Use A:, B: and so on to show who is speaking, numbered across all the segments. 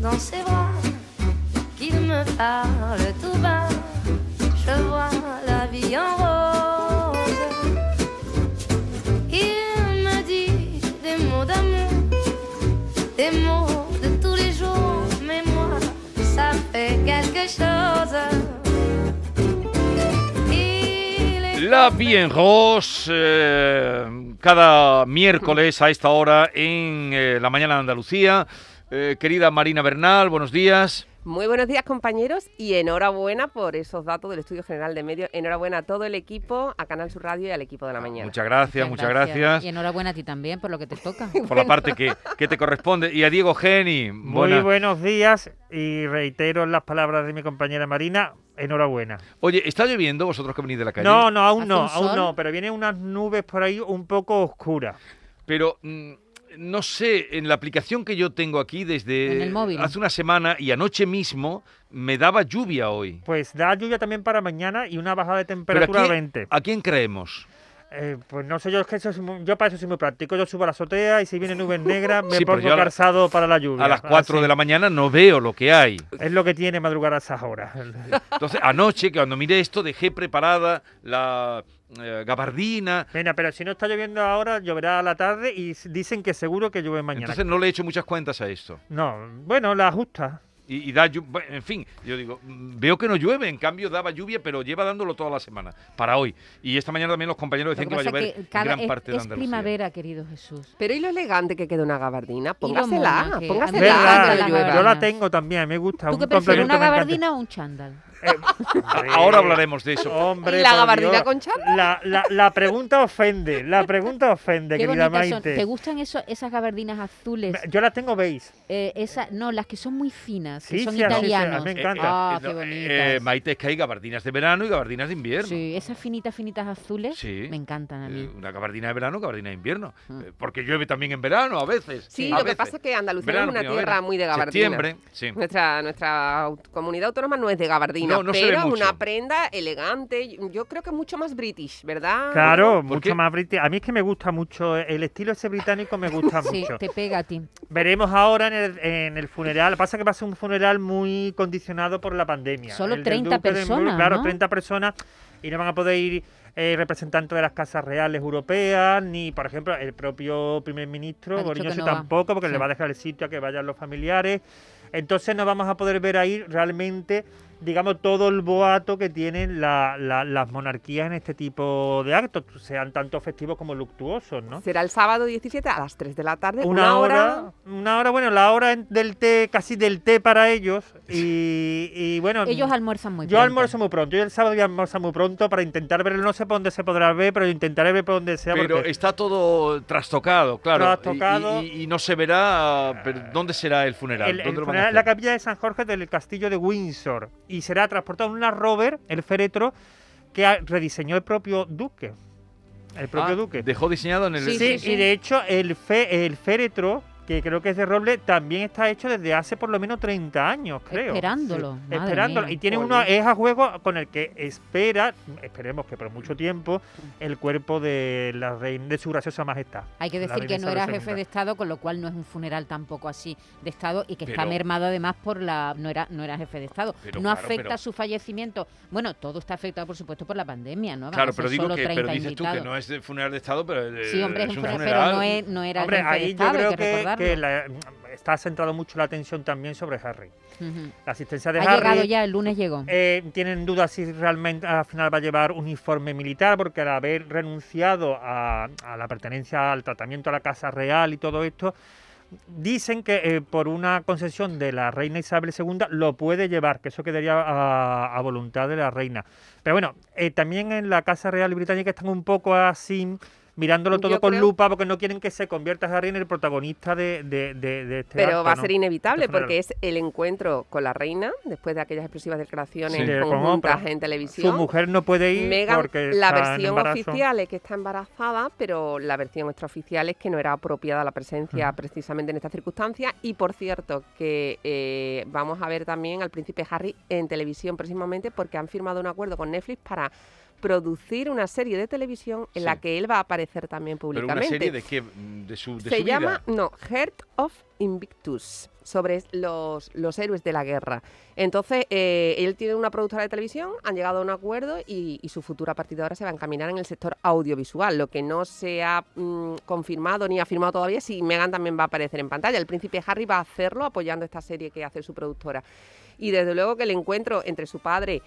A: dans ses bras, qu'il me parle tout bas. Je vois la vie en rose. Il me dit des mots d'amour, des mots de tous les jours, mais moi, ça fait quelque chose. Il est
B: La Bien Ros, eh, cada miércoles a esta hora en eh, la mañana de Andalucía. Eh, querida Marina Bernal, buenos días.
C: Muy buenos días compañeros y enhorabuena por esos datos del Estudio General de Medios. Enhorabuena a todo el equipo, a Canal Sur Radio y al equipo de
B: Ah,
C: la mañana.
B: Muchas gracias, muchas gracias.
D: Y enhorabuena a ti también por lo que te toca.
B: Por la parte que, que te corresponde. Y a Diego Geni,
E: Muy
B: buena-
E: buenos días y reitero las palabras de mi compañera Marina. Enhorabuena.
B: Oye, ¿está lloviendo vosotros que venís de la calle?
E: No, no, aún
D: ¿Hace
E: no,
D: un
E: aún
D: sol?
E: no, pero vienen unas nubes por ahí un poco oscuras.
B: Pero mm, no sé, en la aplicación que yo tengo aquí desde
D: En el móvil.
B: hace una semana y anoche mismo me daba lluvia hoy.
E: Pues da lluvia también para mañana y una bajada de
B: Pero
E: temperatura
B: ¿a,
E: a
B: quién,
E: 20.
B: ¿A quién creemos?
E: Eh, pues no sé, yo es que eso es muy- yo para eso soy muy práctico. Yo subo a la azotea y si viene nubes negras me
B: Sí, pero yo
E: pongo
B: a la-
E: calzado para la lluvia. Ah,
B: A las 4
E: Así.
B: de la mañana no veo lo que hay.
E: Es lo que tiene madrugar a esas horas.
B: Entonces, anoche, que cuando miré esto, dejé preparada la eh, gabardina.
E: Mira, pero si no está lloviendo ahora, lloverá a la tarde y s- dicen que seguro que llueve mañana.
B: Entonces, no le he hecho muchas cuentas a esto.
E: No, bueno, la justa.
B: Y, y da llu- bueno, En fin, yo digo, mm, veo que no llueve. En cambio, daba lluvia, pero lleva dándolo toda la semana, para hoy. Y esta mañana también los compañeros
D: Lo
B: decían
D: que
B: que, iba a
D: pasa
B: llover
D: es que cada-
B: en gran
D: es,
B: parte de
D: es
B: Andalucía.
D: primavera, querido Jesús.
C: Pero y lo elegante que queda una gabardina,
D: lo
C: póngasela,
D: mono que-
C: póngasela
D: Verdad,
C: cuando llueva.
D: la
E: yo la
D: gabardina.
E: tengo también, me gusta.
D: ¿Tú
E: un
D: qué prefieres,
E: complemento
D: una
E: me encanta. Eh,
D: gabardina o un chándal?
B: A- Ahora hablaremos de eso.
E: Hombre,
C: ¿Y la
E: por
C: gabardina
E: Dios.
C: con chándal?
E: La, la- la pregunta ofende, la pregunta ofende,
D: Qué
E: querida
D: bonitas son.
E: Maite.
D: ¿Te gustan eso- esas gabardinas azules?
E: Me- Yo la tengo veis.
D: Eh, esa- no, las que son muy finas, que
E: Sí,
D: son
E: sí, a mí- sí, sí, a mí
D: italianas.
E: me encanta.
D: Ah, qué
B: no,
D: bonitas.
B: eh, Maite, es que hay gabardinas de verano y gabardinas de invierno.
D: Sí, esas finitas, finitas azules
B: Sí.
D: me encantan a mí.
B: Eh, Una gabardina de verano, gabardina de invierno. Eh, Porque llueve también en verano a veces.
C: Sí,
B: a
C: lo que
B: veces.
C: pasa es que Andalucía
B: Verano,
C: es una
B: primavera,
C: tierra muy de gabardinas.
B: Septiembre, sí.
C: Nuestra, nuestra aut- comunidad autónoma no es de gabardina,
B: No, no se ve
C: pero es
B: mucho.
C: una prenda elegante. Yo creo que es mucho más british, ¿verdad?
E: Claro,
B: Ah. ¿por
E: mucho
B: qué?
E: más británico. A mí es que me gusta mucho, eh, el estilo ese británico me gusta
D: Sí,
E: mucho.
D: te pega a ti.
E: Veremos ahora en el, en el funeral. Pasa que va a ser un funeral muy condicionado por la pandemia.
D: Solo
E: El del
D: 30
E: Duque de Edimburgo,
D: personas,
E: claro,
D: ¿no?
E: 30 personas. Y no van a poder ir eh, representantes de las casas reales europeas, ni, por ejemplo, el propio primer
D: Ha
E: ministro,
D: dicho que
E: Boris
D: no va.
E: tampoco, porque
D: Sí.
E: le va a dejar el sitio a que vayan los familiares. Entonces no vamos a poder ver ahí realmente, digamos, todo el boato que tienen la- la- las monarquías en este tipo de actos, sean tanto festivos como luctuosos, ¿no?
C: Será el sábado 17 a las 3 de la
D: Eh,
C: tarde,
E: una, hora, una hora, bueno, la hora en- del té, casi del té para ellos. Y, y bueno,
D: Ellos almuerzan muy
E: yo
D: pronto.
E: almuerzo muy pronto. Yo el sábado voy a almorzar muy pronto para intentar verlo. No sé por dónde se podrá ver, pero intentaré ver por donde sea.
B: Pero
E: porque-
B: está todo trastocado, claro. y-
E: Trastocado. Ah.
B: Y, y- y no se verá. pero ¿Dónde será el funeral?
E: El- el
B: ¿Dónde lo van a
E: funeral en la
B: hacer?
E: capilla de San Jorge del castillo de Windsor y será transportado en una rover, el féretro, que ha- rediseñó el propio duque. El propio
B: Ah,
E: duque.
B: Dejó diseñado en el.
D: Sí,
E: Sí, y de hecho el, fe- el féretro, que creo que es de roble, también está hecho desde hace por lo menos 30 años, creo.
D: Esperándolo,
E: Sí,
D: madre
E: esperándolo.
D: mía.
E: Y tiene uno, es a juego con el que espera, esperemos que por mucho tiempo, el cuerpo de la reina, de su graciosa majestad.
D: Hay que
E: la
D: decir que
E: reina
D: no era
E: Isabel
D: jefe
E: II.
D: de Estado, con lo cual no es un funeral tampoco así de Estado y que está
B: Pero-
D: mermado además por la... No era, no era jefe de Estado.
B: Pero
D: no
B: claro,
D: afecta
B: pero-
D: su fallecimiento. Bueno, todo está afectado, por supuesto, por la pandemia, ¿no? Van a
B: Claro,
D: ser
B: pero digo
D: solo
B: que.
D: 30
B: Pero dices tú que
D: invitados.
B: no es de funeral de Estado, pero. eh,
D: Sí, hombre, es un funeral, pero no, es- no era el
E: Hombre,
D: jefe de
E: ahí yo
D: Estado, hay
E: creo
D: que,
E: que,
D: recordarlo.
E: que la- está centrado mucho la atención también sobre Harry.
D: Ujú.
E: La asistencia de
D: Ha
E: Harry.
D: llegado ya, el lunes llegó.
E: Eh, tienen dudas si realmente al final va a llevar uniforme militar, porque al haber renunciado a, a la pertenencia al tratamiento a la Casa Real y todo esto, dicen que eh, por una concesión de la reina Isabel II lo puede llevar, que eso quedaría a, a voluntad de la reina. Pero bueno, eh, también en la Casa Real británica están un poco así mirándolo todo
C: Yo
E: con
C: creo-
E: lupa porque no quieren que se convierta Harry en el protagonista de, de- de- de este
C: Pero
E: acto,
C: va a
E: ¿no?
C: ser inevitable
E: Este funeral.
C: porque es el encuentro con la reina después de aquellas explosivas declaraciones
B: Sí.
E: De- con
C: conjuntas
E: Oprah.
C: en
E: Su
C: televisión.
E: mujer no puede ir
C: Meghan,
E: porque
C: la
E: está en
C: versión
E: embarazo.
C: oficial es que está embarazada, pero la versión extraoficial es que no era apropiada la
E: Mm.
C: presencia precisamente en esta circunstancia. Y por cierto, que eh, vamos a ver también al príncipe Harry en televisión próximamente porque han firmado un acuerdo con Netflix para producir una serie de televisión en
B: Sí.
C: la que él va a aparecer también
B: Pero
C: públicamente.
B: una serie de qué, de su, de
C: Se
B: su
C: llama,
B: vida.
C: no, Heart of Invictus, sobre los, los héroes de la guerra. Entonces, eh, él tiene una productora de televisión, han llegado a un acuerdo y, y su futuro a partir de ahora se va a encaminar en el sector audiovisual. Lo que no se ha mm, confirmado ni afirmado todavía, si Megan también va a aparecer en pantalla. El príncipe Harry va a hacerlo apoyando esta serie que hace su productora. Y desde luego que el encuentro entre su padre,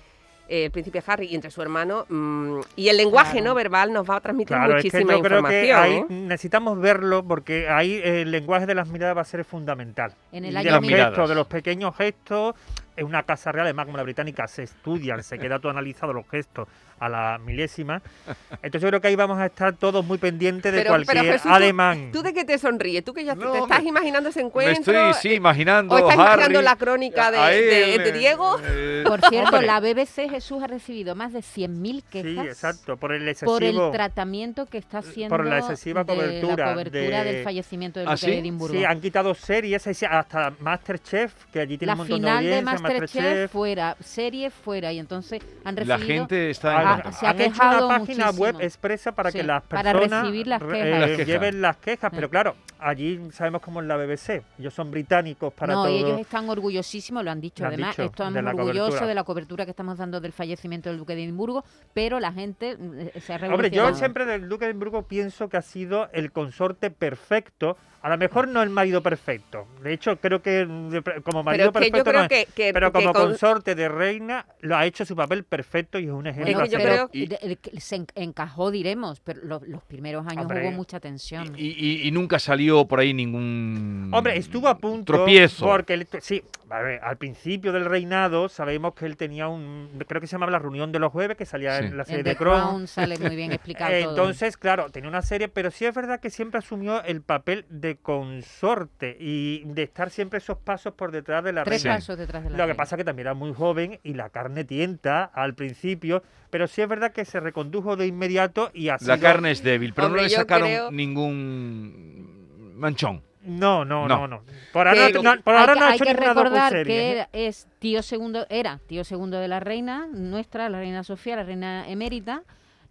C: eh, el príncipe Harry, y entre su hermano, mm, y el lenguaje
D: Claro.
C: no verbal nos va a transmitir
E: Claro, es que
C: muchísima
E: yo creo que
C: información.
E: ahí
C: ¿eh?
E: necesitamos verlo porque ahí el lenguaje de las miradas va a ser fundamental.
D: En el
E: Y
D: año
E: de los
B: mil- Miradas.
E: gestos, de los pequeños gestos, es una casa real, además como la británica, se estudian, se queda todo analizado los gestos a la milésima. Entonces yo creo que ahí vamos a estar todos muy pendientes de cualquier
C: Jesús, tú-
E: ademán.
C: ¿tú, de qué te sonríes? ¿Tú que ya te-
B: No,
C: te estás
B: me-
C: imaginando ese
B: Me
C: encuentro?
B: estoy,
D: e-,
B: sí, imaginando
C: ¿O estás
B: Harry,
C: imaginando la crónica de-
B: a
C: de-
B: él,
C: de Diego?
B: eh,
D: Por cierto,
B: hombre.
D: la BBC Jesús ha recibido más de 100.000
E: sí,
D: quejas
E: exacto, por el excesivo.
D: por el tratamiento que está haciendo
E: por la excesiva
D: de la
E: cobertura
D: cobertura
E: de-
D: del fallecimiento del
B: ¿Ah,
D: duque
B: sí?
D: de Edimburgo.
E: Sí, han quitado series, hay se- hasta Masterchef, que allí tiene
D: la
E: un montón
D: final
E: de
D: de
E: audiencia,
D: Masterchef fuera, serie fuera, y entonces han
B: la
D: recibido...
B: gente está en
E: Han,
B: contra.
D: Ah, se ha
E: han hecho una
D: quejado
E: página
D: muchísimo.
E: web expresa para que
D: Sí,
E: las
D: para
E: personas
D: recibir las
E: re-
D: quejas.
E: eh,
B: Las quejas.
E: lleven las quejas,
D: Sí.
E: pero claro, allí sabemos cómo es la BBC, ellos son británicos para
D: no,
E: todo.
D: y ellos están orgullosísimos, lo han dicho
E: Lo han
D: además,
E: dicho,
D: estamos
E: de la
D: orgullosos
E: cobertura.
D: de la cobertura que estamos dando del fallecimiento del duque de Edimburgo, pero la gente mm, se ha
E: Hombre, yo
D: revolucionado.
E: siempre del Duque de Edimburgo pienso que ha sido el consorte perfecto, a lo mejor no el marido perfecto. De hecho, creo que mm, de pre-
C: Pero
E: como marido
C: es que
E: perfecto
C: yo creo
E: no es,
C: que, que-
E: pero
C: que
E: como
C: con-
E: consorte de reina lo ha hecho su papel perfecto y es un
D: Bueno,
E: ejemplo. a
C: que yo
E: seguir.
D: pero
C: creo-
D: de- de- que se en- encajó, diremos, pero lo- los primeros años
E: Hombre,
D: hubo mucha tensión.
B: Y, y- y nunca salió por ahí ningún
E: Hombre, estuvo a punto.
B: Mm, tropiezo.
E: Porque él- sí, a ver, al principio del reinado sabemos que él tenía un. Creo que se llamaba La Reunión de los Jueves, que salía
B: Sí.
E: en la
D: En
E: serie
D: The
E: de Crown.
D: Crown sale muy bien explicado
E: Eh,
D: todo.
E: Entonces, claro, tenía una serie, pero sí es verdad que siempre asumió el papel de consorte y de estar siempre esos pasos por detrás de la
D: Tres
B: Sí.
E: reina.
D: pasos detrás de la
E: Lo que
D: reina.
E: pasa es que también era muy joven y la carne tienta al principio, pero sí es verdad que se recondujo de inmediato y así.
B: La carne es débil, pero
C: Hombre,
B: no le
C: yo
B: sacaron
C: creo-
B: ningún manchón.
E: No, no,
B: No.
E: no, no. Por ahora
C: Que-
E: no, no- por ahora
D: hay,
E: no
D: que-
E: ha
D: hay
E: hecho
D: que
E: ninguna
D: recordar
E: docuserie,
D: que
E: ¿eh?
D: era, es tío segundo, era tío segundo de la reina nuestra, la reina Sofía, la reina emérita,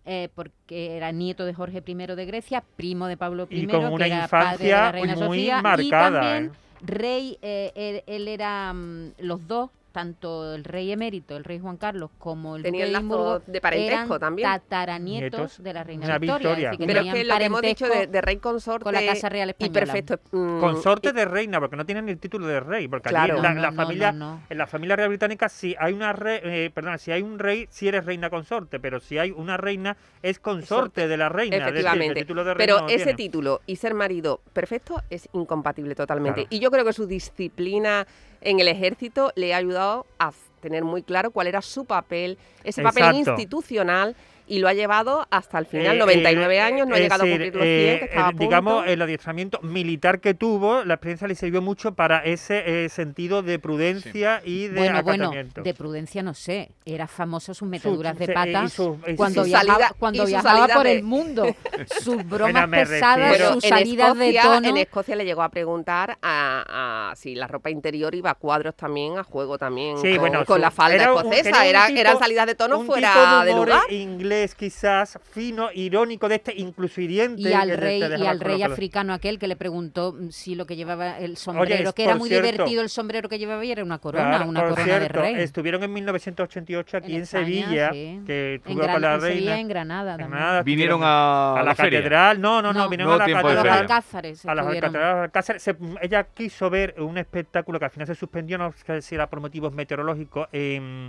D: eh, porque era nieto de Jorge I de Grecia, primo de Pablo I,
E: Y con una
D: que era padre de la
E: infancia
D: reina
E: muy
D: Sofía,
E: marcada,
D: y también
E: ¿eh?
D: rey, eh, él, él era mm, los dos, tanto el rey emérito, el rey Juan Carlos, como el
C: Tenían
D: duque de Edimburgo,
C: lazos de parentesco
D: eran
C: también.
D: tataranietos
E: Nietos.
D: de la reina
E: Una
D: Victoria.
E: Victoria.
D: así que
C: Pero es
D: tenían
C: que lo que hemos dicho
D: parentesco
C: de, de rey consorte
D: con la Casa Real
C: y
D: Española.
C: perfecto. mm,
E: Consorte de reina, porque no tienen el título de rey, porque allí
C: Claro.
E: en la,
D: No,
E: la
D: no,
E: familia,
D: no, no.
E: en la familia real británica, si hay una re- eh, perdona, si hay un rey, si eres reina consorte, pero si hay una reina, es consorte de la reina, es decir, el
C: Efectivamente.
E: título de reina
C: Pero
E: no
C: ese
E: tiene.
C: título y ser marido perfecto es incompatible totalmente.
E: Claro.
C: Y yo creo que su disciplina en el ejército le ha ayudado a tener muy claro cuál era su papel, ese papel
E: Exacto.
C: institucional, y lo ha llevado hasta el final,
E: Eh,
C: 99
E: eh,
C: años, no ha
E: es
C: llegado
E: decir,
C: a cumplir los 100, que
E: eh,
C: estaba a
E: el- Digamos,
C: punto.
E: el adiestramiento militar que tuvo, la experiencia le sirvió mucho para ese eh, sentido de prudencia y de
D: Bueno, bueno,
E: acatamiento.
D: de prudencia no sé. Era famoso sus meteduras de
E: sí, y
D: pata
E: su- y su-
D: cuando
C: su
D: viajaba,
C: salida- y
D: cuando
C: su
D: viajaba
C: salida
D: por
C: de-
D: el mundo. Sus bromas
E: Bueno, me
D: pesadas,
E: refiero-
D: sus
C: en
D: salidas de
C: Escocia-
D: tono.
C: En Escocia le llegó a preguntar a, a si la ropa interior iba a cuadros también, a juego también,
E: Sí,
C: con,
E: bueno,
C: con
E: su-
C: la falda
E: era un-
C: escocesa.
E: era
C: Era
E: un tipo-
C: eran salidas de tono
E: un
C: fuera
E: tipo de,
C: de
E: humor
C: lugar.
E: inglés quizás fino, irónico de este, incluso hiriente.
D: y al
E: que te- te
D: rey, y
E: dejaba
D: al rey
E: colocado.
D: africano aquel que le preguntó mm, si lo que llevaba el sombrero,
E: es-
D: que era
E: por
D: muy
E: cierto-
D: divertido el sombrero que llevaba y era una corona,
E: Claro,
D: una
E: por
D: corona
E: cierto,
D: de rey.
E: Estuvieron en 1988 aquí en,
D: En España,
E: Sevilla,
D: sí.
E: que
D: En,
E: estuvo con
D: Gran-
E: la
D: en Sevilla,
E: reina.
D: en Granada también.
E: Granada,
B: Vinieron
E: estuvieron
B: a,
E: a la
B: feria.
E: catedral. No, no, no,
D: No.
E: vinieron
B: No
E: a la
B: tiempo de
D: A los
E: catedral.
B: feria.
D: Alcázares
E: Pues a las
D: estuvieron.
E: alcatraz- alcázares. Se- ella quiso ver un espectáculo que al final se suspendió, no sé si era por motivos meteorológicos, em,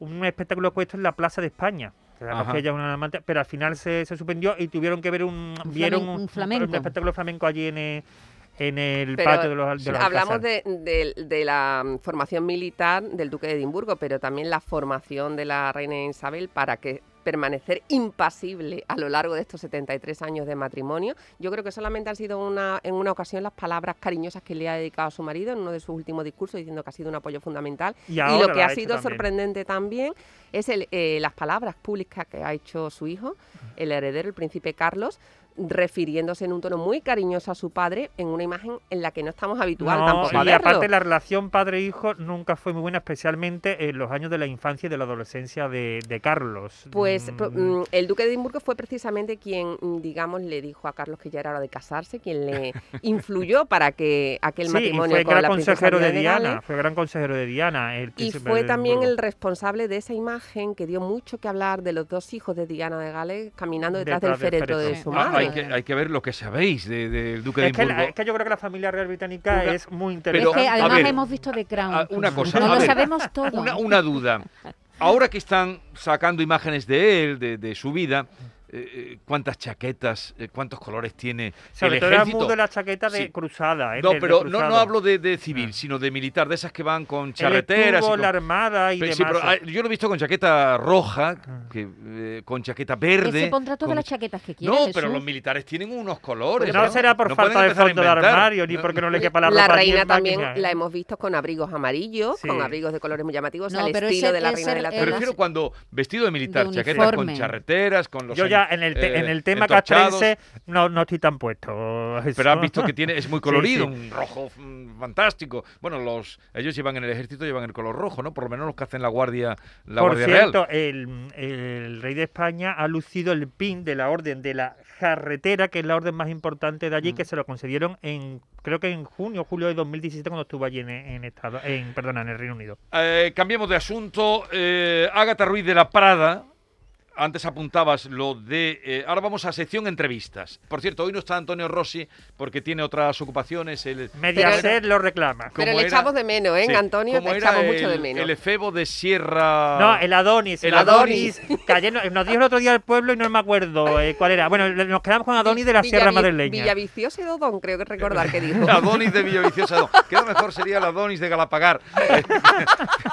E: un espectáculo puesto en la Plaza de España. O sea, no es
B: Ajá.
E: que ella es una amante, pero al final se, se suspendió y tuvieron que ver un,
D: Un
E: vieron
D: flamen-
E: un,
D: un flamenco.
E: espectáculo flamenco allí en el, en el
C: Pero
E: patio de los, de los
C: Hablamos
E: Alcázares.
C: de, de- de la mm, formación militar del Duque de Edimburgo, pero también la formación de la reina Isabel para que permanecer impasible a lo largo de estos 73 años de matrimonio. Yo creo que solamente han sido una, en una ocasión las palabras cariñosas que le ha dedicado a su marido en uno de sus últimos discursos, diciendo que ha sido un apoyo fundamental.
E: Y
C: Y,
E: ahora
C: lo
E: lo
C: que
E: ha
C: ha
E: hecho
C: sido
E: también.
C: sorprendente también es el, eh, las palabras públicas que ha hecho su hijo, el heredero, el príncipe Carlos, refiriéndose en un tono muy cariñoso a su padre en una imagen en la que no estamos habitual
E: No,
C: tampoco a
E: y
C: verlo.
E: aparte la relación padre-hijo nunca fue muy buena, especialmente en los años de la infancia y de la adolescencia de, de Carlos.
C: Pues
E: Mm,
C: pro- mm, el duque de Edimburgo fue precisamente quien, mm, digamos, le dijo a Carlos que ya era hora de casarse, quien le influyó para que aquel
E: sí, y
C: matrimonio
E: fue
C: con
E: gran
C: la princesa
E: consejero de
C: Diana
E: Diana,
C: Gales.
E: fue gran consejero de Diana. El
C: Y
E: príncipe
C: fue
E: de
C: también el
E: Edimburgo.
C: responsable de esa imagen que dio mucho que hablar de los dos hijos de Diana de Gales caminando detrás,
E: Detrás
C: del
E: del
C: féretro de
E: féretro.
C: su
D: Ah,
B: Ah,
C: madre.
B: hay, que, hay que ver lo que sabéis del de, del Duque
E: Es
B: de
E: que, la-
B: Edimburgo.
E: es que yo creo que la familia real británica
B: Una-
E: es muy
B: Pero,
E: interesante.
D: es que
B: a
D: además
B: ver,
D: hemos visto The Crown.
B: a- una cosa,
D: No
B: a
D: lo
B: ver.
D: sabemos todo.
B: Una, una duda. Ahora que están sacando imágenes de él, de, de su vida, eh, eh, ¿cuántas chaquetas, eh, cuántos colores tiene
E: Sobre
B: el
E: todo era
B: ejército?
E: muy de la chaqueta de
B: Sí.
E: cruzada. ¿eh?
B: No,
E: de- de
B: pero no, no
E: cruzada.
B: hablo de, de
E: Ah.
B: civil, sino de militar, de esas que van con
E: Él
B: charreteras. y
E: estuvo en
B: con-
E: la armada y
B: Pe-
E: demás.
B: sí, pero, ah, yo lo he visto con chaqueta roja,
E: Ah.
B: que, eh, con chaqueta
D: Que
B: verde.
D: se pondrá todas
B: con-
D: las chaquetas que quiera.
B: No,
D: Jesús.
B: pero los militares tienen unos colores.
E: no será por
B: No pueden
E: falta de
B: empezar a
E: fondo de
B: inventar.
E: armario ni
B: No,
E: porque no
B: no.
E: le quepa la,
C: la
E: ropa
C: reina
E: bien
C: también
E: máquina, ¿eh?
C: la hemos visto con abrigos amarillos,
E: Sí.
C: con abrigos de colores muy llamativos,
D: No,
C: al
D: pero
C: estilo
D: ese-
C: de la
D: ese
C: reina de la
B: Me
D: era-
C: tele.
B: refiero cuando vestido de militar,
D: De
B: chaqueta con
D: uniforme.
B: charreteras, con los
E: Yo ya en el, te-
B: eh,
E: en el tema
B: entorchados.
E: castrense no, no estoy tan puesto. Jesús.
B: Pero has visto que tiene, es muy
E: Sí,
B: colorido,
E: sí.
B: un rojo mm, fantástico. Bueno, los ellos llevan en el ejército, llevan el color rojo, ¿no? Por lo menos los que hacen la guardia, la
E: Por
B: guardia real.
E: cierto, el, el rey de España ha lucido el pin de la orden de la jarretera, que es la orden más importante de
B: Mm.
E: allí, que se lo concedieron en creo que en junio o julio de 2017 cuando estuvo allí en, en Estado- en, perdona, en el Reino Unido.
B: Eh, cambiemos de asunto. Eh, Ágata Ruiz de la Prada. Antes apuntabas lo de. eh, ahora vamos a sección entrevistas. Por cierto, hoy no está Antonio Rossi porque tiene otras ocupaciones. El,
E: Mediaset lo reclama.
B: ¿Cómo
C: Pero le
B: era?
C: echamos de menos, ¿eh,
B: Sí,
C: Antonio?
B: como
C: Te
B: era
C: echamos mucho de
B: el-
C: menos.
B: El efebo de Sierra.
E: No, el Adonis. El,
B: El
E: Adonis. que ayer no- nos dijo el otro día el pueblo y no me acuerdo eh, cuál era. Bueno, le- nos quedamos con Adonis de la
C: Villavi-
E: Sierra Madrileña.
C: Villavicioso y Dodón, creo que recordar que dijo.
B: El Adonis de Villaviciosa. no. Que a lo mejor sería el Adonis de Galapagar.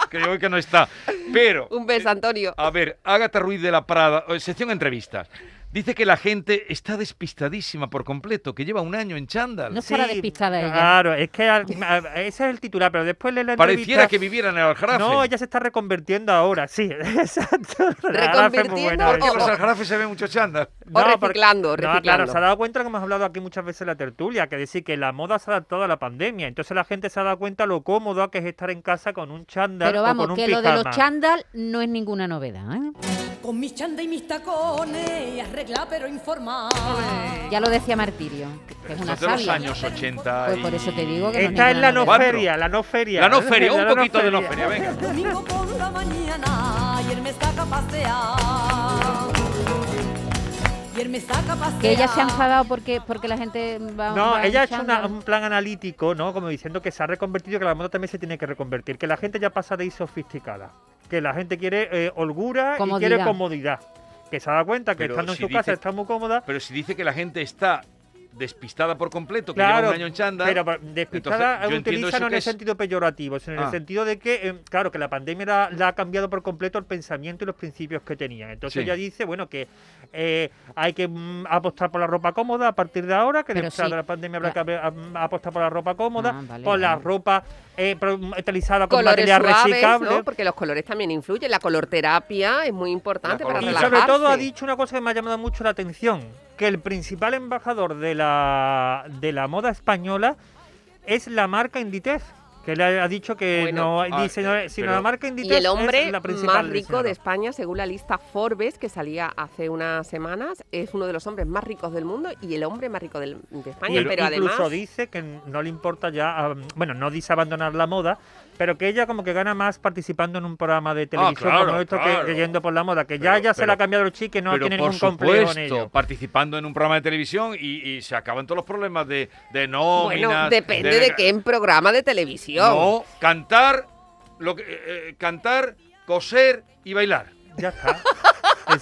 B: que yo veo que no está. Pero,
C: Un beso, Antonio.
E: Ah,
B: a ver, Ágata Ruiz de la Prada, eh, sección entrevistas. Dice que la gente está despistadísima por completo, que lleva un año en chándal.
D: No estará despistada ella.
E: Claro, es que al- a- ese es el titular, pero después le la
B: Pareciera
E: entrevista-
B: que viviera en el Aljarafe.
E: No, ella se está reconvirtiendo ahora, sí, exacto. La Aljarafe es muy
C: Reconvirtiendo
E: buena,
B: Que
E: ¿eh?
B: los Aljarafe se ve mucho chándal.
C: O
E: porque-
C: reciclando,
E: no, claro,
C: reciclando.
E: se ha dado cuenta que hemos hablado aquí muchas veces en la tertulia, que decir que la moda se ha adaptado a la pandemia, entonces la gente se ha dado cuenta lo cómodo que es estar en casa con un chándal
D: Pero
E: o con
D: vamos,
E: un
D: que lo de los
E: pijama.
D: chándal no es ninguna novedad. ¿eh?
F: Con mis chanda y mis tacones y arregla pero informal.
D: Ya lo decía Martirio, que es una
B: Los de los
D: sabia.
B: años 80
D: Pues por eso te digo que no
E: Esta es
D: ninguna
E: la no
D: novedad.
E: feria, la no feria.
B: La no feria, un
E: La no
B: poquito de no
E: feria.
B: feria, venga.
F: Domingo por la mañana y él me saca a pasear. Y él me saca a pasear.
D: Que ella se ha enfadado porque, porque la gente va
E: No,
D: va en
E: ella ha hecho una-
D: chándal.
E: un plan analítico, ¿no? Como diciendo que se ha reconvertido, que la moda también se tiene que reconvertir, que la gente ya pasa de ir sofisticada, que la gente quiere eh, holgura y quiere
D: Comodidad.
E: comodidad. Que se ha dado cuenta que
B: Pero
E: estando
B: si
E: en su casa
B: dices-
E: está muy cómoda.
B: Pero si dice que la gente está despistada por completo, que
E: Claro,
B: lleva un año en chándal.
E: pero pa- despistada
B: entonces, yo entiendo
E: utiliza
B: eso
E: no en
B: que
E: el
B: es-
E: sentido peyorativo, sino en el
B: Ah.
E: sentido de que, eh, claro, que la pandemia la, la ha cambiado por completo el pensamiento y los principios que tenían. Entonces
B: Sí.
E: ella dice, bueno, que eh, hay que mm, apostar por la ropa cómoda a partir de ahora, que
D: Pero
E: después
D: sí,
E: de la pandemia habrá
D: la-
E: que haber- am- apostar por la ropa cómoda,
D: Ah, vale,
E: por la
D: vale.
E: ropa eh, pro- utilizada con
C: Colores
E: material
C: suaves,
E: reciclable.
C: ¿no? Porque los colores también influyen. La colorterapia es muy importante
B: La
C: para
E: Y
B: color-
C: relajarse.
E: sobre todo ha dicho una cosa que me ha llamado mucho la atención, que el principal embajador de la, de la moda española es la marca Inditex, que le ha dicho que
C: Bueno.
E: no
B: Ah,
E: hay diseñadores, sino
B: pero-
E: la marca
C: Y
E: Inditex
C: el hombre
E: es la principal
C: más rico de
E: diseñadora.
C: España, según la lista Forbes, que salía hace unas semanas, es uno de los hombres más ricos del mundo y el hombre más rico del- de España.
E: Y
C: Pero
E: incluso
C: además,
E: dice que no le importa ya, um, bueno, no dice abandonar la moda, pero que ella como que gana más participando en un programa de televisión
B: Ah, claro,
E: como esto que-
B: claro.
E: que, yendo por la moda, que ya
B: Pero-
E: ya se
B: pero-
E: la ha cambiado el chic, que no
B: Pero
E: tiene
B: por
E: ningún complejo en
B: supuesto,
E: ello.
B: participando en un programa de televisión y, y se acaban todos los problemas de, de nóminas.
C: bueno, depende de, qué programa de televisión.
B: No, cantar, lo que, eh, eh, cantar, coser y bailar.
E: Ya está.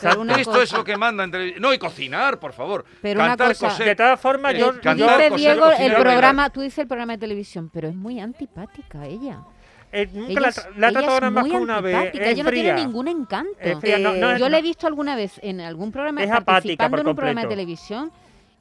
D: Pero una
B: Esto es
D: cosa-
B: lo que mandan. televisión. No, y cocinar, por favor.
D: Pero una
B: cantar,
D: cosa-
E: De
B: coser.
E: todas formas,
B: Eh,
E: yo,
B: cantar,
E: yo-
D: Dice
B: coser,
D: Diego
B: cocinar,
D: el
B: bailar.
D: programa, tú dices el programa de televisión, pero es muy antipática ella.
E: Eh, nunca
D: Ella
E: la,
D: es-
E: tra- la ha
D: ella
E: tratado
D: es
E: nada más
D: muy
E: que una vez.
D: antipática,
E: Es
D: Ella no
E: fría.
D: tiene ningún encanto.
E: Es fría, no, no,
C: Eh,
E: es-
D: Yo la he
E: no.
D: visto alguna vez en algún programa
E: Es apática
D: participando
E: por
D: en un programa de
E: completo.
D: televisión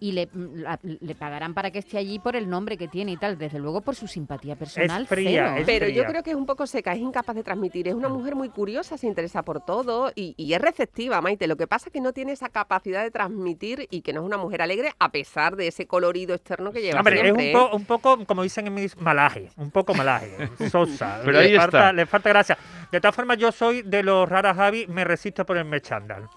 D: y le, la- le pagarán para que esté allí por el nombre que tiene y tal, desde luego por su simpatía personal.
E: fría,
D: cero. ¿eh?
E: es Mm.
C: Pero yo
E: fría.
C: creo que es un poco seca, es incapaz de transmitir. Es una mujer muy curiosa, se interesa por todo y, y es receptiva, Maite. Lo que pasa es que no tiene esa capacidad de transmitir y que no es una mujer alegre a pesar de ese colorido externo que lleva
E: Hombre,
C: siempre.
E: es
C: ¿eh?
E: un, po- un poco, como dicen en mis malaje, un poco malaje, sosa.
B: Pero ahí
E: le
B: está.
E: falta, le falta gracia. De todas formas, yo soy de los raras Javi, me resisto a ponerme chándal.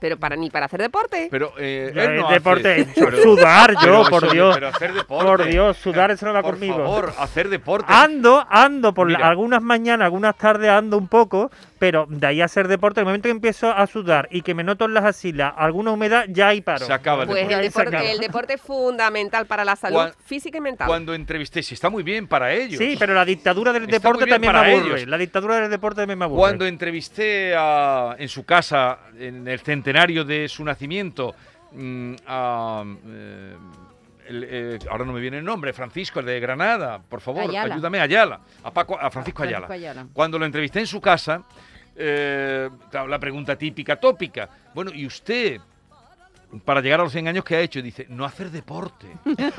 C: Pero para ni para hacer deporte.
B: Pero eh,
E: Ya,
B: él
E: el
B: no
E: deporte,
B: hace. Pero-
E: sudar yo,
B: pero
E: por
B: eso-
E: Dios.
B: Pero hacer deporte. Eh,
E: Por Dios, sudar eso no va
B: por
E: conmigo.
B: favor, hacer deporte.
E: Ando, ando, por la-
B: Mira.
E: algunas mañanas, algunas tardes ando un poco, pero de ahí a hacer deporte, el momento que empiezo a sudar y que me noto en las axilas alguna humedad, ya ahí paro.
B: Se acaba el
C: Pues
E: deporte.
C: el
E: Ahí se acaba.
C: deporte, el deporte es fundamental para la salud
B: Cuan-
C: física y mental.
B: Cuando entrevistéis, está muy bien para ellos.
E: Sí, pero la dictadura del
B: Está muy
E: deporte
B: bien
E: también me
B: para
E: aburre.
B: ellos.
E: La dictadura del deporte también me aburre.
B: Cuando entrevisté a- en su casa, en el centenario de su nacimiento, mm, a, eh, el- eh, ahora no me viene el nombre, Francisco, el de Granada, por favor,
D: Ayala.
B: ayúdame Ayala, a, Paco, a Francisco Ayala.
D: Francisco Ayala.
B: Cuando lo entrevisté en su casa, eh, claro, la pregunta típica, tópica, bueno, ¿y usted? Para llegar a los 100 años, ¿qué ha hecho? Dice, no hacer deporte.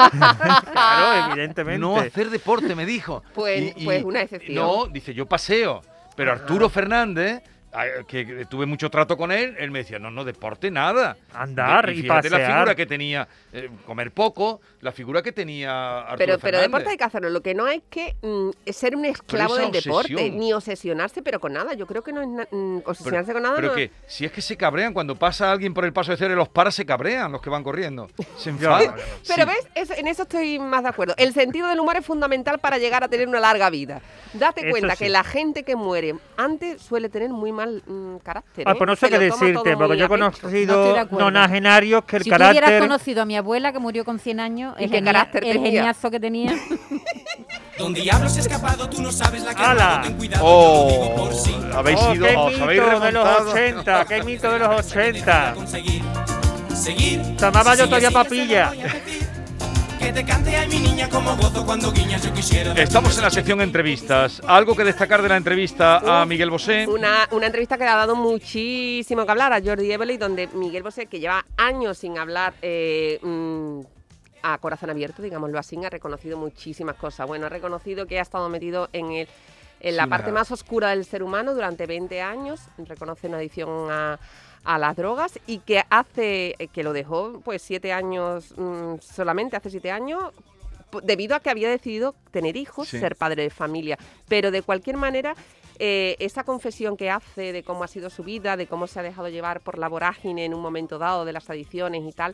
E: Claro, Ah, evidentemente.
B: No hacer deporte, me dijo.
C: Pues- pues una excepción.
B: No, dice, yo paseo. Pero Arturo Fernández, a- que que tuve mucho trato con él, él me decía, no, no, deporte nada.
E: Andar
B: De-
E: y
B: fíjate la
E: pasear.
B: figura que tenía, eh, comer poco, la figura que tenía Arturo
C: pero, pero
B: Fernández.
C: deporte hay que hacerlo. Lo que no hay que mm, ser un esclavo
B: esa
C: del deporte,
B: obsesión.
C: ni obsesionarse, pero con nada. Yo creo que no es na- mm, obsesionarse con nada.
B: Pero
C: no-
B: que si es que se cabrean, cuando pasa alguien por el paso de cero y los para, se cabrean los que van corriendo. Se enfadan.
C: Pero
B: Sí.
C: ves, Eso- en eso estoy más de acuerdo. El sentido del humor es fundamental para llegar a tener una larga vida. Date
E: Eso
C: cuenta
E: sí.
C: que la gente que muere antes suele tener muy mal mm, carácter.
E: Ah,
C: ¿eh?
E: pues no
C: Se
E: sé qué
C: lo toma
E: decirte,
C: todo
E: porque
C: muy
E: yo he
C: a pecho.
D: No estoy
E: conocido
D: de acuerdo.
E: nonagenarios que el
D: Si tú hubieras
E: carácter.
D: conocido a mi abuela que murió con 100 años,
C: ¿Y
D: el,
C: qué
D: genia-
C: carácter
D: el
C: tenía? Este
D: geniazo que tenía.
G: Donde diablos he escapado, tú no sabes la que he
E: ¡Hala!
G: dado, ten cuidado,
B: Oh,
G: yo lo digo por sí.
B: habéis
E: ¡Oh,
B: sido,
E: qué
B: os habéis
E: mito de los
B: remontado.
E: 80! ¡Qué mito de los 80!
G: Conseguir, seguir.
E: Tomaba
G: Si
E: yo
G: sigues,
E: todavía
G: sigues,
E: papilla.
G: se lo voy a decir. Que te cante ay mi niña como gozo cuando guiñas yo quisiera. dar
B: Estamos en la sección entrevistas. Algo que destacar de la entrevista a Miguel Bosé.
C: Una, una entrevista que le ha dado muchísimo que hablar a Jordi Evely, donde Miguel Bosé, que lleva años sin hablar eh, mm, a corazón abierto, digámoslo así, ha reconocido muchísimas cosas. Bueno, ha reconocido que ha estado metido en el en la
B: Sí,
C: parte
B: nada.
C: más oscura del ser humano durante 20 años, reconoce una adicción a, a las drogas y que hace eh, que lo dejó pues siete años mm, solamente, hace siete años, p- debido a que había decidido tener hijos,
B: Sí.
C: ser padre de familia. Pero de cualquier manera, eh, esa confesión que hace de cómo ha sido su vida, de cómo se ha dejado llevar por la vorágine en un momento dado, de las adicciones y tal,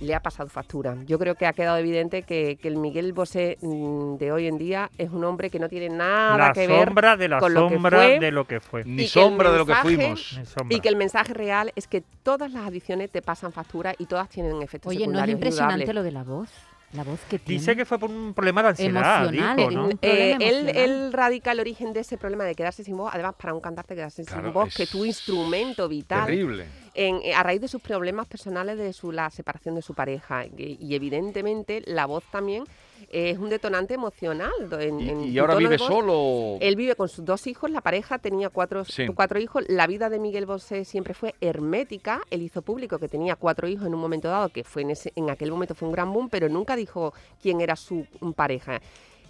C: le ha pasado factura. Yo creo que ha quedado evidente que, que el Miguel Bosé mm, de hoy en día es un hombre que no tiene nada
E: La
C: que ver
E: sombra de la
C: con lo que
E: sombra
C: fue.
E: de lo que fue.
C: y
B: Ni
C: que
B: sombra
C: el
B: de lo que
C: mensaje-
B: fuimos.
E: Mi sombra.
C: y que el mensaje real es que todas las adicciones te pasan factura y todas tienen efectos
D: Oye, ¿no es
C: secundarios
D: impresionante
C: indudables.
D: lo de la voz? La voz que tiene.
E: Dice que fue por un problema de ansiedad,
D: Emocional,
E: dijo,
D: eh,
E: ¿no?
D: un
C: Eh,
D: problema
C: él,
D: emocional.
C: él radica el origen de ese problema de quedarse sin voz. Además, para un cantante quedarse
B: Claro,
C: sin voz, que
B: es
C: tu instrumento vital,
B: Terrible.
C: en- eh, a raíz de sus problemas personales de su, la separación de su pareja. Y, y evidentemente la voz también eh, es un detonante emocional. do- en-
B: Y,
C: en
B: y
C: tu
B: ahora
C: tono de
B: vive
C: voz.
B: solo.
C: Él vive con sus dos hijos, la pareja tenía cuatro,
B: Sí.
C: cuatro hijos. La vida de Miguel Bosé siempre fue hermética. Él hizo público que tenía cuatro hijos en un momento dado, que fue en, ese- en aquel momento fue un gran boom, pero nunca dijo quién era su mm, pareja.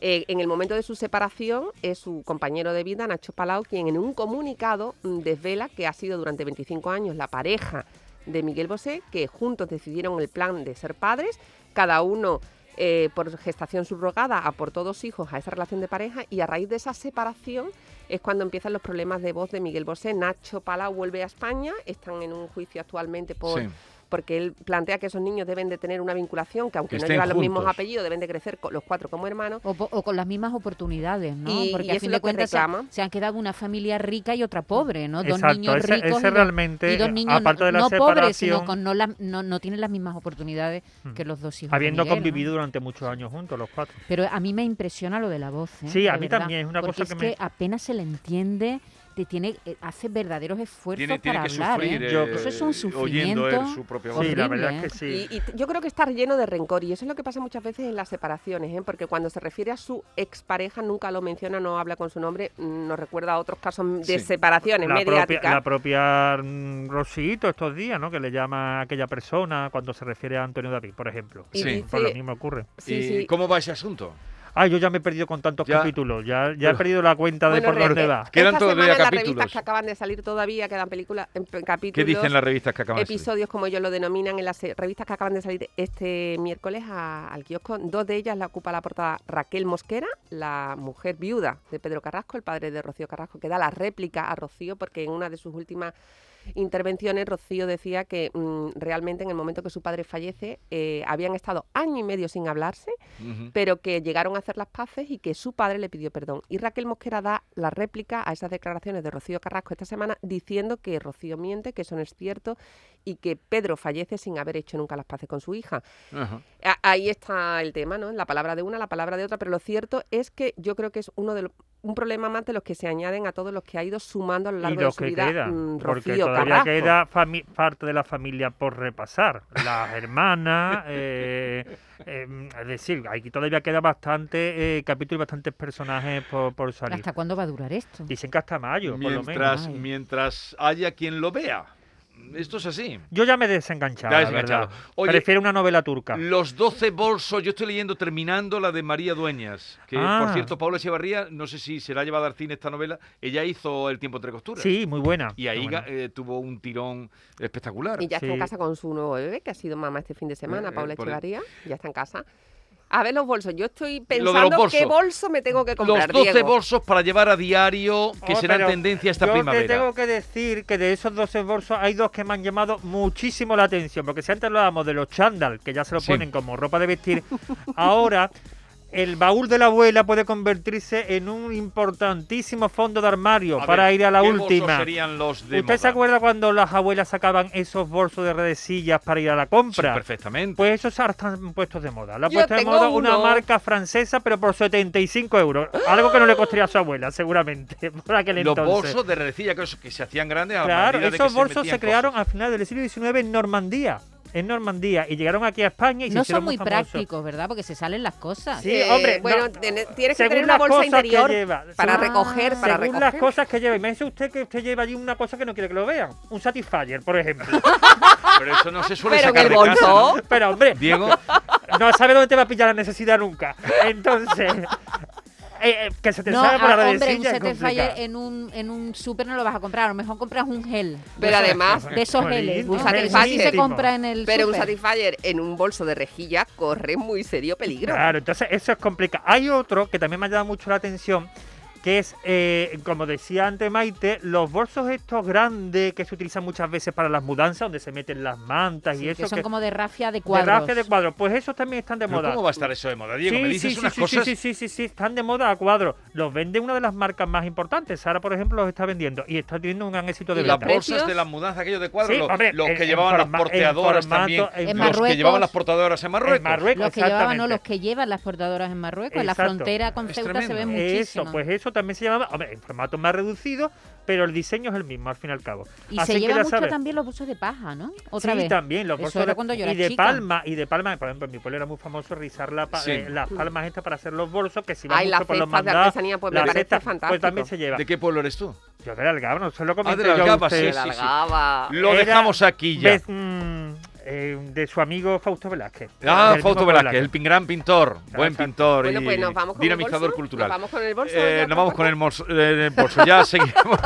C: Eh, en el momento de su separación, es su compañero de vida, Nacho Palau, quien en un comunicado mm, desvela que ha sido durante 25 años la pareja de Miguel Bosé, que juntos decidieron el plan de ser padres, cada uno eh, por gestación subrogada aportó dos hijos a esa relación de pareja y a raíz de esa separación es cuando empiezan los problemas de voz de Miguel Bosé. Nacho Palau vuelve a España, están en un juicio actualmente por...
B: Sí.
C: Porque él plantea que esos niños deben de tener una vinculación, que aunque
B: Que
C: no
B: estén
C: llevan los mismos
B: juntos.
C: apellidos, deben de crecer co- los cuatro como hermanos.
D: O, po- o con las mismas oportunidades, ¿no?
C: Y-
D: Porque
C: y
D: a
C: eso
D: fin
C: es lo
D: de
C: que
D: cuentas se,
C: reclama.
D: se han quedado una familia rica y otra pobre, ¿no? Dos
E: Exacto,
D: niños
E: ese-
D: ricos
E: ese
D: y, dos,
E: realmente,
D: y dos
E: eh,
D: niños
E: aparte de la
D: no pobres, sino
E: separación- Hmm.
D: con no, las- no, no tienen las mismas oportunidades que los dos hijos. de
E: Habiendo
D: Miguel, ¿no?
E: convivido durante muchos años juntos, los cuatro.
D: Pero a mí me impresiona lo de la voz. ¿eh?
E: Sí, a
D: De
E: mí
D: verdad.
E: también, es una
D: Porque
E: cosa
D: es
E: que me-
D: apenas se le entiende. te tiene, eh, hace verdaderos esfuerzos
B: Tiene, tiene
D: para
B: que
D: hablar.
B: sufrir.
D: ¿eh?
E: Yo-
B: eh,
D: Eso es un
B: Oyendo él
D: sufrimiento
B: su propia voz.
E: Sí,
D: horrible,
E: la verdad es
D: ¿eh?
E: que sí.
C: Y, y t- yo creo que estar lleno de rencor y eso es lo que pasa muchas veces en las separaciones, ¿eh? porque cuando se refiere a su expareja nunca lo menciona, no habla con su nombre, mm, nos recuerda a otros casos de
B: Sí.
C: separaciones
E: La propia,
C: mediáticas.
E: la propia mm, Rosito estos días, ¿no? Que le llama a aquella persona cuando se refiere a Antonio David, por ejemplo.
C: Y
B: Sí.
E: Por lo
C: dice,
E: mismo ocurre.
C: sí,
B: ¿Y
C: sí.
B: cómo va ese asunto?
E: Ah, yo ya me he perdido con tantos
B: Ya.
E: capítulos. Ya, ya he
B: Pero-
E: perdido la cuenta de
C: Bueno,
E: por dónde
C: re-
E: va.
B: Quedan
C: esta
B: todavía
C: semana en las
B: capítulos.
C: revistas que acaban de salir todavía quedan películas, en pe-
B: ¿Qué
C: capítulos.
B: dicen las revistas que acaban de salir?
C: episodios, como ellos lo denominan, en las eh, revistas que acaban de salir este miércoles a- al kiosco. Dos de ellas la ocupa la portada Raquel Mosquera, la mujer viuda de Pedro Carrasco, el padre de Rocío Carrasco, que da la réplica a Rocío porque en una de sus últimas intervenciones Rocío decía que mm, realmente en el momento que su padre fallece eh, habían estado año y medio sin hablarse
B: Ujú.
C: pero que llegaron a hacer las paces y que su padre le pidió perdón. Y Raquel Mosquera da la réplica a esas declaraciones de Rocío Carrasco esta semana diciendo que Rocío miente, que eso no es cierto y que Pedro fallece sin haber hecho nunca las paces con su hija.
B: Ajá.
C: A- Ahí está el tema, ¿no? La palabra de una, la palabra de otra, pero lo cierto es que yo creo que es uno de los un problema más de los que se añaden a todos los que ha ido sumando a lo
E: Y
C: largo de
E: los
C: su
E: que
C: vida
E: quedan,
C: mm,
E: porque
C: Rocío
E: todavía
C: Carrasco.
E: queda fami- parte de la familia por repasar. Las hermanas, eh, eh, es decir, aquí todavía queda bastante eh, capítulo y bastantes personajes por, por salir.
D: ¿Hasta cuándo va a durar esto?
E: Dicen que hasta mayo, por lo menos.
B: Mientras,
D: Ay.
B: mientras haya quien lo vea. Esto es así.
E: Yo ya me he desenganchado,
B: Te has
E: la
B: enganchado.
E: verdad.
B: Oye,
E: Prefiero una novela turca.
B: Los 12 bolsos, yo estoy leyendo terminando la de María Dueñas, que
E: Ah.
B: por cierto, Paula Echevarría, no sé si será llevada al cine esta novela, ella hizo El tiempo entre costuras.
E: Sí, muy buena.
B: Y ahí
E: muy buena.
B: ga- eh, tuvo un tirón espectacular.
C: Y ya está en
E: Sí.
C: casa con su nuevo bebé, que ha sido mamá este fin de semana,
B: Eh, eh,
C: Paula
B: por el-
C: Echevarría. Ya está en casa. A ver los bolsos. Yo estoy
B: de los
C: pensando qué
B: bolsos.
C: bolso me tengo que
B: Los
C: comprar,
B: 12
C: Diego.
B: bolsos para llevar a diario, que
E: Oh,
B: serán
E: pero
B: tendencia esta
E: yo
B: primavera.
E: te tengo que decir que de esos 12 bolsos hay dos que me han llamado muchísimo la atención. Porque si antes hablábamos de los chándal, que ya se lo
B: Sí.
E: ponen como ropa de vestir, ahora el baúl de la abuela puede convertirse en un importantísimo fondo de armario
B: A
E: para
B: ver,
E: ir a la
B: ¿qué bolsos
E: última.
B: serían los de
E: ¿Usted se
B: moda?
E: acuerda cuando las abuelas sacaban esos bolsos de redecillas para ir a la
B: Sí,
E: compra?
B: perfectamente.
E: Pues esos ahora están puestos de moda. La ha
C: Yo
E: puesto de
C: tengo
E: moda una
C: uno.
E: marca francesa, pero por 75 euros. Algo que no le costaría a su abuela, seguramente, por aquel
B: los
E: entonces.
B: bolsos de redecilla que, que se hacían grandes a
E: Claro,
B: medida de
E: esos
B: que
E: bolsos se,
B: metían
E: crearon
B: cosas.
E: a finales del siglo XIX en Normandía. En Normandía. Y llegaron aquí a España y se
D: No
E: hicieron
D: son muy
E: famosos.
D: prácticos, ¿verdad? Porque se salen las cosas.
E: Sí, hombre, no.
C: Eh, bueno, tiene- tienes que
E: Según
C: tener una
E: las
C: bolsa
E: cosas que
C: interior
E: lleva,
C: para
D: según-
C: recoger, para
E: Según
C: recoger.
E: las cosas que lleva. Imagínese usted que usted lleva allí una cosa que no quiere que lo vean. Un Satisfyer, por ejemplo.
B: Pero eso no se suele
C: Pero en
B: sacar
C: el
B: de casa,
C: bolso.
B: ¿no?
E: Pero, hombre,
B: Diego,
E: no sabe dónde te va a pillar la necesidad nunca. Entonces, eh, eh, que se te
D: No,
E: salga por la
D: ah, hombre, un
E: redecilla es
D: set
E: complicado.
D: en un, en un súper no lo vas a comprar. A lo mejor compras un gel.
C: Pero además,
D: De esos
E: Jolín,
D: geles.
E: un
D: O sea, que
C: satisfyer.
D: sí se compra en el
C: pero un
D: súper.
C: Satisfyer en un bolso de rejilla corre muy serio peligro.
E: Claro, entonces eso es complicado. Hay otro que también me ha llamado mucho la atención, que es, eh, como decía antes Maite, los bolsos estos grandes que se utilizan muchas veces para las mudanzas, donde se meten las mantas
D: Sí,
E: y eso.
D: que son
E: que-
D: como de rafia de
E: de
D: cuadros.
E: rafia de cuadro. Pues esos también están de
B: ¿pero
E: moda.
B: ¿cómo va a estar eso de moda? Diego,
E: Sí,
B: me
E: sí,
B: dices
E: sí,
B: unas
E: sí,
B: cosas
E: sí, sí, sí, sí, están de moda a cuadro. Los vende una de las marcas más importantes. Sara, por ejemplo, los está vendiendo y está teniendo un gran éxito de
C: Y
B: las
C: los
E: venta.
B: bolsas de las mudanzas, aquellos de cuadro,
E: Sí,
B: los,
E: hombre,
B: los
E: en-
B: que
E: en
B: llevaban las
E: forma- en
B: porteadoras
E: formato-
B: también,
E: en
B: los que
D: Marruecos.
B: llevaban las porteadoras en Marruecos.
E: En Marruecos,
D: Los que llevaban, no
E: exactamente.
D: los que llevan las portadoras en Marruecos. En la
E: Exacto.
D: frontera con
B: Es
D: Ceuta se ve
B: tremendo.
D: muchísimo.
E: Eso, pues eso también se llamaba, hombre, en formato más reducido, pero el diseño es el mismo al fin y al cabo.
D: y
E: Así
D: se
E: que
D: lleva
E: ya
D: mucho
E: sabes.
D: también los bolsos de paja, ¿no? Otra
E: sí,
D: vez.
E: también, los
D: Eso
E: bolsos
D: era
E: de-
D: cuando yo era
E: y de
D: chica.
E: palma, y de palma, por ejemplo, en mi pueblo era muy famoso rizar la pa-
B: Sí.
E: eh, las palmas estas para hacer los bolsos, que si van
C: Ay,
E: mucho
C: las
E: por
C: cestas
E: los
C: de
E: mandados,
C: artesanía, pues me
E: las
C: parece
E: cestas, Pues
C: fantástico.
E: también se lleva.
B: ¿De Ah, qué pueblo eres tú?
E: Yo del Algarve, no se lo comenté
B: del
E: yo a
B: Algarve,
E: usted.
B: sí,
C: Se
B: sí,
C: la pues
B: sí.
C: algaba.
B: Lo
E: Era-
B: dejamos aquí ya.
E: Ves, mm, eh, de su amigo Fausto Velázquez.
B: Ah,
E: Del
B: Fausto
E: mismo
B: Velázquez, el pin- gran pintor, buen
E: exacto.
B: pintor
C: Bueno,
B: y
C: pues nos vamos con el
B: dinamizador
C: bolso,
B: cultural.
C: Nos vamos con el bolso.
B: Eh,
C: ya
B: nos vamos
C: tampoco.
B: con el, morso- eh, el bolso, ya seguimos.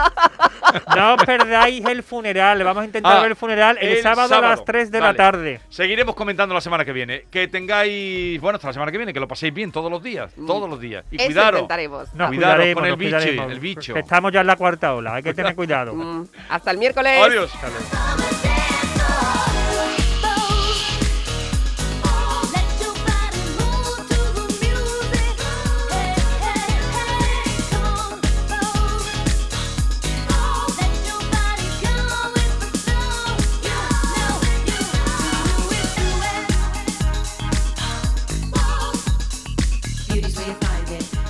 E: No os perdáis el funeral, vamos a intentar
B: Ah,
E: ver el funeral el,
B: el
E: sábado, a
B: sábado.
E: las 3 de
B: Vale.
E: la tarde.
B: Seguiremos comentando la semana que viene. Que tengáis, bueno, hasta la semana que viene, que lo paséis bien todos los días, todos los días. Y
C: Mm. Eso
B: cuidaros.
C: intentaremos.
E: Nos
B: Cuidaros
E: cuidaremos,
B: con el
E: nos
B: biche,
E: cuidaremos.
B: el bicho.
E: Estamos ya en la cuarta ola, hay que tener cuidado.
C: Mm, hasta el miércoles.
B: Adiós.
F: Let your body move to the music. Hey, hey, hey, come on, oh. Let your body go with the flow. You know you do it, do it. Beauty's where you find it.